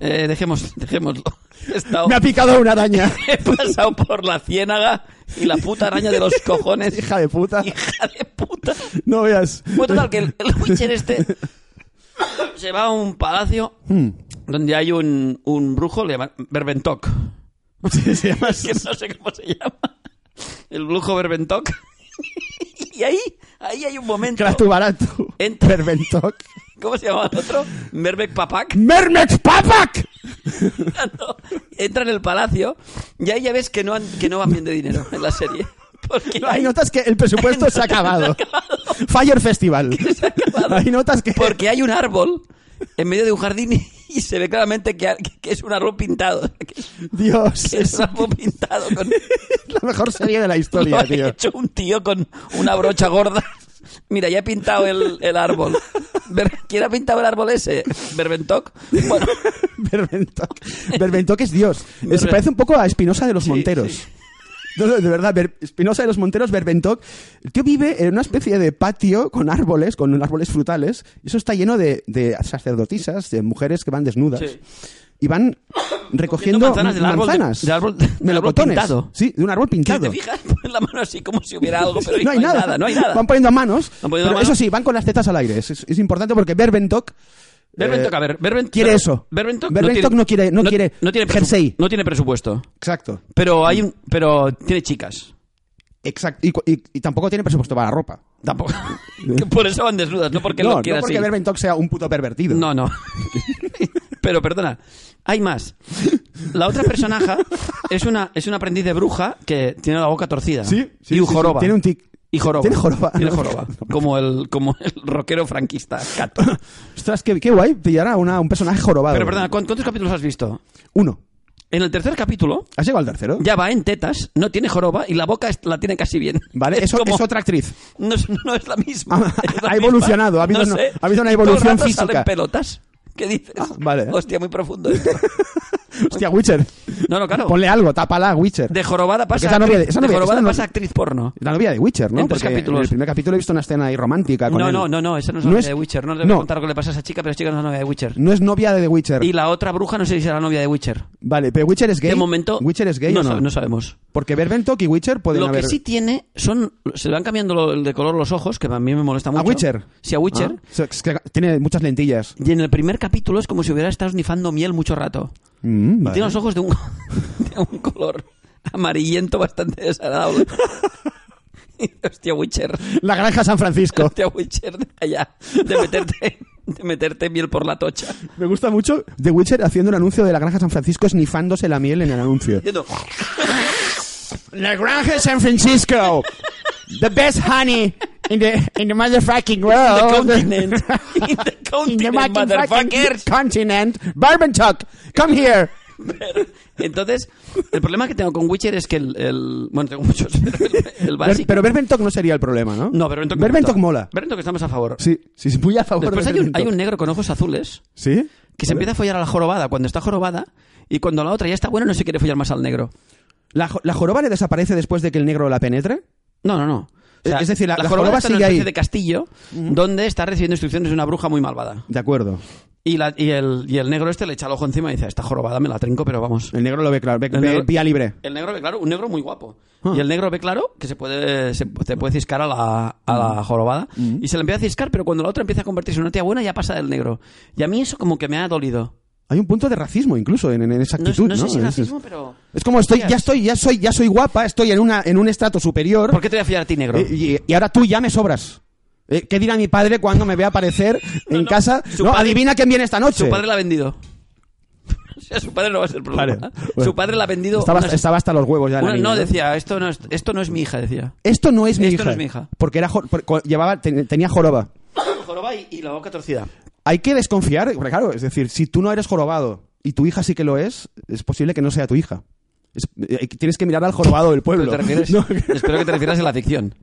Speaker 2: eh, dejemos, dejémoslo. He, estado-
Speaker 1: Me ha picado una araña.
Speaker 2: he pasado por la ciénaga y la puta araña de los cojones. Hija,
Speaker 1: Hija de puta.
Speaker 2: de puta.
Speaker 1: No veas.
Speaker 2: Bueno, total, que el, el Witcher este se va a un palacio donde hay un, un brujo, le llaman Berbentok.
Speaker 1: Sí, sí, además-
Speaker 2: que no sé cómo se llama. El brujo Berbentok. Y ahí, ahí hay un momento.
Speaker 1: Kratubaratu.
Speaker 2: Entra-
Speaker 1: Perventok.
Speaker 2: ¿Cómo se llama el otro? Merbeck Papak.
Speaker 1: ¡Mermex Papak!
Speaker 2: No, Entra en el palacio y ahí ya ves que no, han- que no van bien de dinero en la serie. Porque
Speaker 1: Ahí
Speaker 2: hay-
Speaker 1: notas que el presupuesto se ha acabado. Fire Festival. Ahí notas que.
Speaker 2: porque hay un árbol en medio de un jardín y, y se ve claramente que, que es un árbol pintado. Que es-
Speaker 1: Dios,
Speaker 2: que es
Speaker 1: es
Speaker 2: un árbol pintado con...
Speaker 1: la mejor serie de la historia,
Speaker 2: Lo ha
Speaker 1: tío.
Speaker 2: hecho un tío con una brocha gorda. Mira, ya he pintado el, el árbol. Ver- ¿Quién ha pintado el árbol ese? ¿Berbentok? Bueno,
Speaker 1: Berbentoc. Berbentoc es Dios. Se
Speaker 2: Berben-
Speaker 1: parece un poco a Espinosa de los Monteros.
Speaker 2: sí.
Speaker 1: No, no, de verdad, Ber- Espinosa de los Monteros, Berbentoc. El tío vive en una especie de patio con árboles, con árboles frutales. Y eso está lleno de, de sacerdotisas, de mujeres que van desnudas.
Speaker 2: Sí.
Speaker 1: Y van recogiendo
Speaker 2: manzanas del árbol de-
Speaker 1: manzanas,
Speaker 2: del árbol- del árbol
Speaker 1: melocotones.
Speaker 2: pintado.
Speaker 1: Sí, de un árbol
Speaker 2: ¿qué
Speaker 1: pintado.
Speaker 2: ¿te fijas? Ponen la mano así como si hubiera algo, pero ahí no, hay nada. No hay nada.
Speaker 1: Van poniendo manos.
Speaker 2: Van poniendo
Speaker 1: pero
Speaker 2: manos.
Speaker 1: Eso sí, van con las tetas al aire. Es, es- es importante porque Berbentoc.
Speaker 2: Berbentok,
Speaker 1: eh,
Speaker 2: a ver, Berben-
Speaker 1: quiere
Speaker 2: Berben-
Speaker 1: eso.
Speaker 2: Berbentok,
Speaker 1: Berbentock no quiere- no quiere
Speaker 2: no tiene presu-
Speaker 1: jersey.
Speaker 2: No tiene presupuesto.
Speaker 1: Exacto.
Speaker 2: Pero hay un, pero tiene chicas.
Speaker 1: Exacto. Y, cu- y- y tampoco tiene presupuesto para la ropa.
Speaker 2: Tampoco. Que por eso van desnudas, no porque
Speaker 1: no,
Speaker 2: lo quiera
Speaker 1: no porque
Speaker 2: así.
Speaker 1: Berbentoc sea un puto pervertido.
Speaker 2: No, no. Pero perdona, hay más. La otra personaje es una, es una aprendiz de bruja que tiene la boca torcida.
Speaker 1: Sí, sí,
Speaker 2: Y
Speaker 1: sí,
Speaker 2: un
Speaker 1: sí.
Speaker 2: joroba.
Speaker 1: Tiene un tic.
Speaker 2: Y joroba.
Speaker 1: Tiene joroba.
Speaker 2: Tiene joroba. Como el, como el rockero franquista. Cato.
Speaker 1: Ostras, qué, qué guay pillar a una- un personaje jorobado.
Speaker 2: Pero perdona, ¿cu- ¿cuántos capítulos has visto?
Speaker 1: Uno.
Speaker 2: En el tercer capítulo
Speaker 1: ¿Has llegado al tercero?
Speaker 2: ya va en tetas, no tiene joroba y la boca es- la tiene casi bien.
Speaker 1: Vale,
Speaker 2: Es
Speaker 1: eso
Speaker 2: como-
Speaker 1: es otra actriz.
Speaker 2: No, es- no es la misma.
Speaker 1: Ah,
Speaker 2: Es la
Speaker 1: ha
Speaker 2: misma.
Speaker 1: evolucionado, ha habido una-
Speaker 2: sé.
Speaker 1: ha habido una
Speaker 2: Todo el
Speaker 1: evolución
Speaker 2: rato
Speaker 1: física. Ah,
Speaker 2: salen pelotas. ¿Qué dices?
Speaker 1: vale.
Speaker 2: Hostia, muy profundo esto.
Speaker 1: Hostia, Witcher.
Speaker 2: No, no, claro.
Speaker 1: Ponle algo, tápala, Witcher.
Speaker 2: De jorobada
Speaker 1: Porque
Speaker 2: pasa,
Speaker 1: esa novia de-
Speaker 2: actriz-
Speaker 1: esa
Speaker 2: de
Speaker 1: novia-
Speaker 2: jorobada
Speaker 1: esa novia-
Speaker 2: pasa actriz porno.
Speaker 1: La novia de Witcher, ¿no?
Speaker 2: En tres
Speaker 1: Porque
Speaker 2: capítulos.
Speaker 1: En el primer capítulo he visto una escena ahí romántica Ah, con
Speaker 2: No,
Speaker 1: él.
Speaker 2: no, no, no, esa no es la
Speaker 1: No
Speaker 2: novia
Speaker 1: es-
Speaker 2: de Witcher. No le voy
Speaker 1: no.
Speaker 2: a contar lo que le pasa a esa chica, pero esa chica no es la novia de Witcher.
Speaker 1: No es novia de The Witcher.
Speaker 2: Y la otra bruja no sé si será la novia de Witcher.
Speaker 1: Vale, pero Witcher es gay.
Speaker 2: De momento.
Speaker 1: ¿Witcher es gay
Speaker 2: no,
Speaker 1: o no?
Speaker 2: sa- sabemos.
Speaker 1: Porque Berbentoc y Witcher pueden
Speaker 2: Lo que
Speaker 1: haber.
Speaker 2: sí tiene son. Se le van cambiando lo- el de color los ojos, que a mí me molesta mucho.
Speaker 1: ¿A Witcher?
Speaker 2: Sí, a Witcher.
Speaker 1: Ah, so- es que tiene muchas lentillas.
Speaker 2: Y en el primer capítulo es como si hubiera estado snifando miel mucho rato.
Speaker 1: Mm, vale.
Speaker 2: Tiene los ojos de un, de un color amarillento bastante desagradable. Y, Hostia, Witcher.
Speaker 1: La granja San Francisco.
Speaker 2: Hostia, Witcher, de allá. De meterte, de meterte miel por la tocha.
Speaker 1: Me gusta mucho The Witcher haciendo un anuncio de la granja San Francisco esnifándose la miel en el anuncio.
Speaker 2: Diciendo,
Speaker 1: La granja San Francisco. The best honey in the, in the motherfucking
Speaker 2: The
Speaker 1: world.
Speaker 2: continent. In the continent, motherfucker.
Speaker 1: continent. Berbentoc, come here.
Speaker 2: Entonces, el problema que tengo con Witcher es que el. el- bueno, tengo muchos. Pero el, el básico.
Speaker 1: pero Berbentoc no sería el problema, ¿no?
Speaker 2: no, Berbentock,
Speaker 1: Berbentock mola.
Speaker 2: Berbentock estamos a favor.
Speaker 1: Sí, sí, sí, muy a favor
Speaker 2: Después
Speaker 1: de
Speaker 2: hay un, hay
Speaker 1: Berbentock.
Speaker 2: un negro con ojos azules
Speaker 1: ¿Sí?
Speaker 2: que se empieza a follar a la jorobada cuando está jorobada y cuando la otra ya está buena no se quiere follar más al negro.
Speaker 1: ¿La, jo- la joroba le desaparece después de que el negro la penetre?
Speaker 2: No, no, no.
Speaker 1: Es decir, la- la joroba
Speaker 2: está en una
Speaker 1: sigue ahí.
Speaker 2: especie de castillo donde está recibiendo instrucciones de una bruja muy malvada.
Speaker 1: De acuerdo.
Speaker 2: Y, la- y el, y el negro este le echa el ojo encima y dice, esta jorobada me la trinco, pero vamos.
Speaker 1: El negro lo ve claro, ve, ve
Speaker 2: El negro-
Speaker 1: vía libre.
Speaker 2: El negro ve claro, un negro muy guapo.
Speaker 1: Ah.
Speaker 2: Y el negro ve claro que se puede se, te puede ciscar a la, a
Speaker 1: Mm.
Speaker 2: la jorobada. Y se le empieza a ciscar, pero cuando la otra empieza a convertirse en una tía buena ya pasa del negro. Y a mí eso como que me ha dolido.
Speaker 1: Hay un punto de racismo incluso en, en esa
Speaker 2: No,
Speaker 1: actitud, ¿no?
Speaker 2: no sé si
Speaker 1: Es-
Speaker 2: racismo, pero...
Speaker 1: Es como estoy, ya estoy, ya soy, ya soy guapa, estoy en una, en un estrato superior.
Speaker 2: ¿Por qué te voy a fiar a ti, negro?
Speaker 1: Eh, Y, y ahora tú ya me sobras. Eh, ¿Qué dirá mi padre cuando me vea aparecer en
Speaker 2: no,
Speaker 1: casa?
Speaker 2: su
Speaker 1: No,
Speaker 2: padre-
Speaker 1: adivina quién viene esta noche.
Speaker 2: Su padre la ha vendido. O sea, su padre no va a ser el problema.
Speaker 1: Vale, bueno.
Speaker 2: Su padre la ha vendido...
Speaker 1: estaba,
Speaker 2: unas-
Speaker 1: estaba hasta los huevos ya. la
Speaker 2: Bueno,
Speaker 1: niña,
Speaker 2: no,
Speaker 1: ¿no?
Speaker 2: decía, esto no, es, esto no es mi hija, decía.
Speaker 1: Esto no es mi
Speaker 2: Esto
Speaker 1: hija.
Speaker 2: no es mi hija.
Speaker 1: Porque era jor- por- co- llevaba, ten- tenía joroba.
Speaker 2: Joroba y, y la boca torcida.
Speaker 1: Hay que desconfiar, porque claro, es decir, si tú no eres jorobado y tu hija sí que lo es, es posible que no sea tu hija. Es- eh, tienes que mirar al jorobado del pueblo.
Speaker 2: Pero te refieres-
Speaker 1: No,
Speaker 2: Espero que te refieras a la ficción.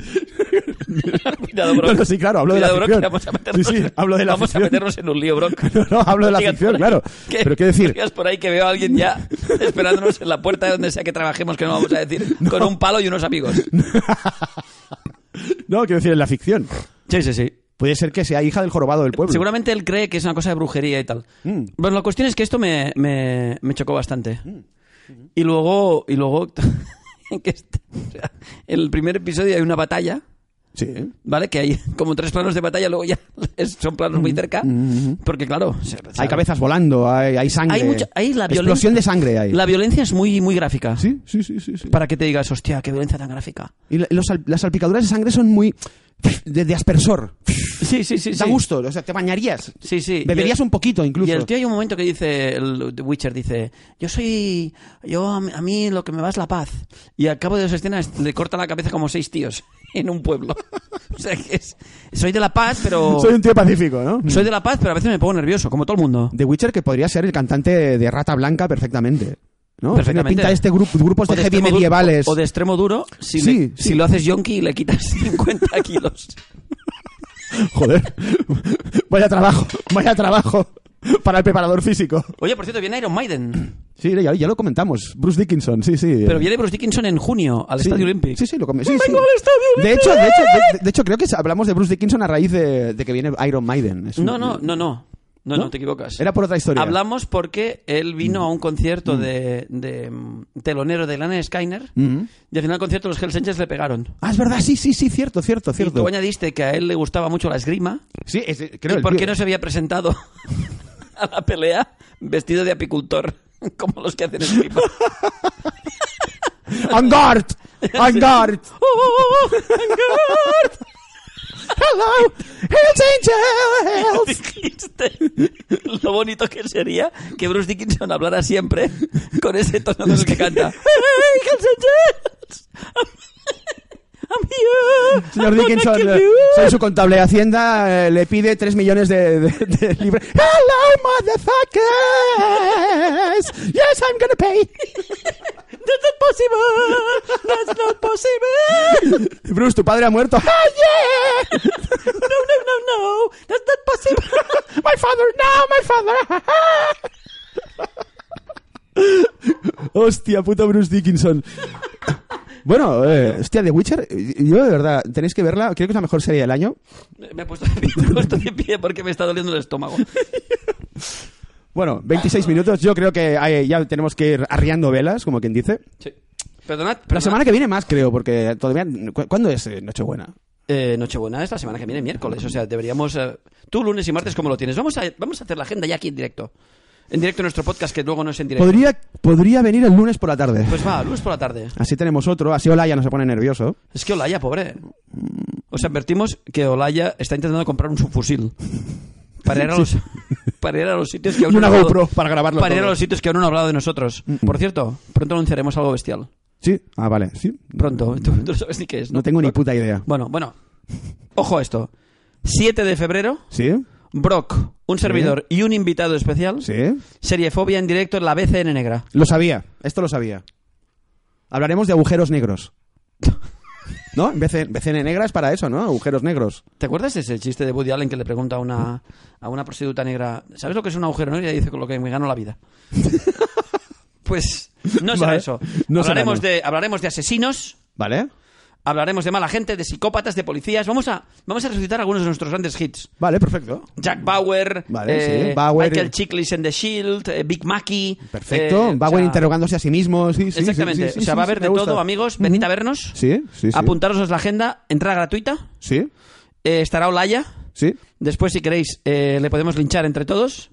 Speaker 2: Cuidado, Brock.
Speaker 1: No, no, sí, claro, hablo de la
Speaker 2: Cuidado,
Speaker 1: ficción.
Speaker 2: Brock, que vamos a meternos,
Speaker 1: Sí, sí, hablo de la
Speaker 2: vamos
Speaker 1: ficción.
Speaker 2: a meternos en un lío, Brock.
Speaker 1: No, no, hablo de la
Speaker 2: Digas
Speaker 1: ficción,
Speaker 2: por ahí
Speaker 1: claro. Pero qué decir,
Speaker 2: digas por ahí que veo a alguien ya esperándonos en la puerta de donde sea que trabajemos, que no vamos a decir, con un palo y unos amigos.
Speaker 1: no, quiero decir en la ficción.
Speaker 2: Sí, sí, sí.
Speaker 1: Puede ser que sea hija del jorobado del pueblo.
Speaker 2: Seguramente él cree que es una cosa de brujería y tal.
Speaker 1: Mm.
Speaker 2: Pues la cuestión es que esto me, me- me chocó bastante. Y luego, y luego que este- o sea, en el primer episodio hay una batalla,
Speaker 1: Sí. ¿eh?
Speaker 2: ¿vale? Que hay como tres planos de batalla, luego ya es- son planos muy cerca. Porque claro, se-
Speaker 1: Hay cabezas volando, hay, hay sangre.
Speaker 2: Hay mucha- hay la
Speaker 1: Explosión
Speaker 2: violencia-
Speaker 1: de sangre hay.
Speaker 2: la violencia es muy, muy gráfica.
Speaker 1: Sí, sí, sí, sí. sí.
Speaker 2: Para que te digas, hostia, qué violencia tan gráfica.
Speaker 1: Y la- los sal- las salpicaduras de sangre son muy... De, de aspersor.
Speaker 2: Sí, sí, sí.
Speaker 1: Da gusto, o sea, te bañarías.
Speaker 2: Sí, sí.
Speaker 1: Beberías
Speaker 2: Y el-
Speaker 1: un poquito incluso.
Speaker 2: Y el tío hay un momento que dice, el The Witcher dice, yo soy, yo a, mí- a mí lo que me va es la paz. Y al cabo de dos escenas le corta la cabeza como seis tíos en un pueblo. O sea que es, soy de la paz, pero...
Speaker 1: Soy un tío pacífico, ¿no?
Speaker 2: Soy de la paz, pero a veces me pongo nervioso, como todo el mundo.
Speaker 1: The Witcher que podría ser el cantante de Rata Blanca perfectamente. ¿No? Tiene
Speaker 2: Perfectamente.
Speaker 1: pinta de este grupo, grupos de,
Speaker 2: O de
Speaker 1: heavy
Speaker 2: extremo duro-
Speaker 1: medievales.
Speaker 2: O, de extremo duro, si, le-
Speaker 1: Sí, sí.
Speaker 2: si lo haces yonki le quitas 50 kilos.
Speaker 1: Joder. vaya trabajo, vaya trabajo para el preparador físico.
Speaker 2: Oye, por cierto, viene Iron Maiden.
Speaker 1: Sí, ya, ya lo comentamos. Bruce Dickinson, sí, sí.
Speaker 2: Pero viene Bruce Dickinson en junio al
Speaker 1: Sí.
Speaker 2: Estadio Olympic.
Speaker 1: Sí, sí, lo comentamos. de hecho, de hecho, de, de hecho, creo que hablamos de Bruce Dickinson a raíz de, de que viene Iron Maiden. Es un-
Speaker 2: No, no, no, no. No,
Speaker 1: ¿No?
Speaker 2: no, te equivocas.
Speaker 1: Era Mm. por otra historia.
Speaker 2: Hablamos porque él vino a un concierto de, de, mm, telonero de Lana Skyner
Speaker 1: Mm.
Speaker 2: y al final del concierto los Hells Angels le pegaron.
Speaker 1: Ah, es verdad, sí, sí, sí, cierto, cierto,
Speaker 2: Y
Speaker 1: cierto.
Speaker 2: tú añadiste que a él le gustaba mucho la esgrima
Speaker 1: Sí, es, creo
Speaker 2: y
Speaker 1: el
Speaker 2: por
Speaker 1: tío-
Speaker 2: qué no se había presentado a la pelea vestido de apicultor como los que hacen esgrima.
Speaker 1: ¡En guard! ¡En guard! ¡Hello! ¡Hells Angels!
Speaker 2: Dijiste lo bonito que sería que Bruce Dickinson hablara siempre con ese tono con el que canta. ¡Hey, Hells Angels! I'm here.
Speaker 1: Señor
Speaker 2: I'm gonna
Speaker 1: Dickinson,
Speaker 2: kill
Speaker 1: eh,
Speaker 2: you.
Speaker 1: soy su contable de Hacienda, eh, le pide 3 millones de, de, de libras. ¡Hello, motherfuckers! ¡Yes, I'm gonna pay!
Speaker 2: That's not possible. That's not possible.
Speaker 1: Bruce, tu padre ha muerto. ¡Ah, yeah!
Speaker 2: No, no, no, no. That's not possible.
Speaker 1: ¡My father! ¡No, my father! Hostia, puto Bruce Dickinson. Bueno, eh, hostia, The Witcher, eh, yo de verdad, tenéis que verla, creo que es la mejor serie del año.
Speaker 2: Me he puesto de pie, me he puesto de pie porque me está doliendo el estómago.
Speaker 1: Bueno, 26 minutos, yo creo que eh, ya tenemos que ir arriando velas, como quien dice.
Speaker 2: Sí. Perdonad,
Speaker 1: La
Speaker 2: perdonad.
Speaker 1: semana que viene más, creo, porque todavía... ¿cu- ¿Cuándo es eh, Nochebuena?
Speaker 2: Eh, Nochebuena es la semana que viene, miércoles. O sea, deberíamos. eh, tú lunes y martes, ¿cómo lo tienes? Vamos a, vamos a hacer la agenda ya aquí en directo. En directo en nuestro podcast, que luego no es en directo.
Speaker 1: Podría, podría venir el lunes por la tarde.
Speaker 2: Pues va, lunes por la tarde.
Speaker 1: Así tenemos otro, así Olaya no se pone nervioso.
Speaker 2: Es que Olaya, pobre. Os advertimos que Olaya está intentando comprar un subfusil. Para ir a los, para ir a los sitios que aún
Speaker 1: Y una
Speaker 2: no ha
Speaker 1: GoPro Mm, para grabarlo
Speaker 2: Para ir a
Speaker 1: todo.
Speaker 2: los sitios que aún no han hablado de nosotros. Por cierto, pronto anunciaremos algo bestial.
Speaker 1: Sí, ah, vale, sí.
Speaker 2: Pronto. Tú, tú no sabes ni qué es.
Speaker 1: No tengo ni puta idea.
Speaker 2: Bueno, bueno. Ojo a esto. 7 de febrero,
Speaker 1: ¿Sí?
Speaker 2: Brock, un servidor y un invitado especial.
Speaker 1: ¿Sí?
Speaker 2: Seriefobia en directo en la BCN Negra.
Speaker 1: Lo sabía, esto lo sabía. Hablaremos de agujeros negros. ¿No? BC, BCN negra es para eso, ¿no? Agujeros negros.
Speaker 2: ¿Te acuerdas de ese chiste de Woody Allen que le pregunta a una, a una prostituta negra, ¿sabes lo que es un agujero negro? Y ella dice, con lo que me gano la vida. pues no será
Speaker 1: Vale.
Speaker 2: eso.
Speaker 1: No será,
Speaker 2: hablaremos,
Speaker 1: no.
Speaker 2: de, hablaremos de asesinos,
Speaker 1: ¿Vale?
Speaker 2: hablaremos de mala gente, de psicópatas, de policías. Vamos a, vamos a resucitar algunos de nuestros grandes hits.
Speaker 1: Vale, perfecto.
Speaker 2: Jack Bauer,
Speaker 1: Vale,
Speaker 2: eh,
Speaker 1: sí, Bauer-
Speaker 2: Michael Chiklis en The Shield, eh, Big Mackey.
Speaker 1: Perfecto.
Speaker 2: eh,
Speaker 1: Va
Speaker 2: o
Speaker 1: bueno
Speaker 2: sea,
Speaker 1: interrogándose a sí mismo. Sí, sí, sí,
Speaker 2: Exactamente.
Speaker 1: sí, sí,
Speaker 2: o sea,
Speaker 1: sí,
Speaker 2: va a
Speaker 1: sí,
Speaker 2: haber
Speaker 1: me
Speaker 2: de
Speaker 1: gusta.
Speaker 2: todo, amigos. Venid a vernos.
Speaker 1: Sí, sí, sí.
Speaker 2: Apuntaros la agenda. Entrada gratuita.
Speaker 1: Sí,
Speaker 2: Eh, estará Olaya.
Speaker 1: sí.
Speaker 2: Después, si queréis, eh, le podemos linchar entre todos.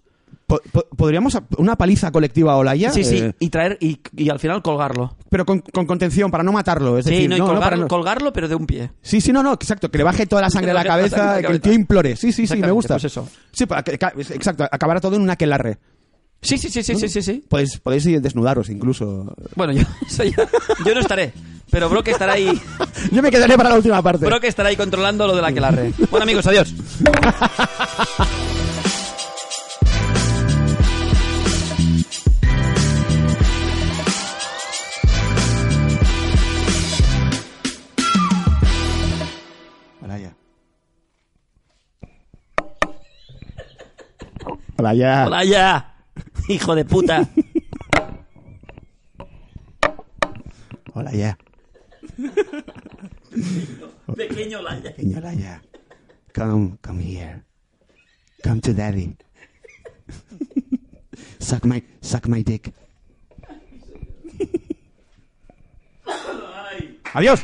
Speaker 1: Po- po- ¿Podríamos a- una paliza colectiva a Olaya?
Speaker 2: sí, sí.
Speaker 1: Eh,
Speaker 2: Y traer y, y al final colgarlo.
Speaker 1: pero con, con contención, para no matarlo. Es
Speaker 2: Sí,
Speaker 1: decir,
Speaker 2: no, y
Speaker 1: no, no, para
Speaker 2: colgar-
Speaker 1: no-
Speaker 2: colgarlo, pero de un pie.
Speaker 1: Sí, sí, no, no, exacto, que le baje toda la sangre a la
Speaker 2: Que le baje toda la
Speaker 1: cabeza,
Speaker 2: sangre a la
Speaker 1: que el
Speaker 2: cabeza.
Speaker 1: tío implore. Sí, sí, sí, me
Speaker 2: Exactamente,
Speaker 1: gusta.
Speaker 2: pues eso.
Speaker 1: Sí, para que, ca- exacto, acabará todo en una aquelarre.
Speaker 2: Sí, sí, sí, sí, sí, sí, sí.
Speaker 1: Podéis, podéis ir desnudaros incluso.
Speaker 2: Bueno, yo, eso ya- yo no estaré. Pero Brock estará ahí.
Speaker 1: Yo me quedaré para la última parte.
Speaker 2: Brock estará ahí controlando lo de la que la red. Bueno, amigos, adiós.
Speaker 1: Hola, ya.
Speaker 2: ¡Hola ya! ¡Hijo de puta!
Speaker 1: Hola, ya.
Speaker 2: Pequeño Laya.
Speaker 1: Pequeño, hola, ya. Come, come here. Come to daddy. Suck my, suck my dick. Adiós.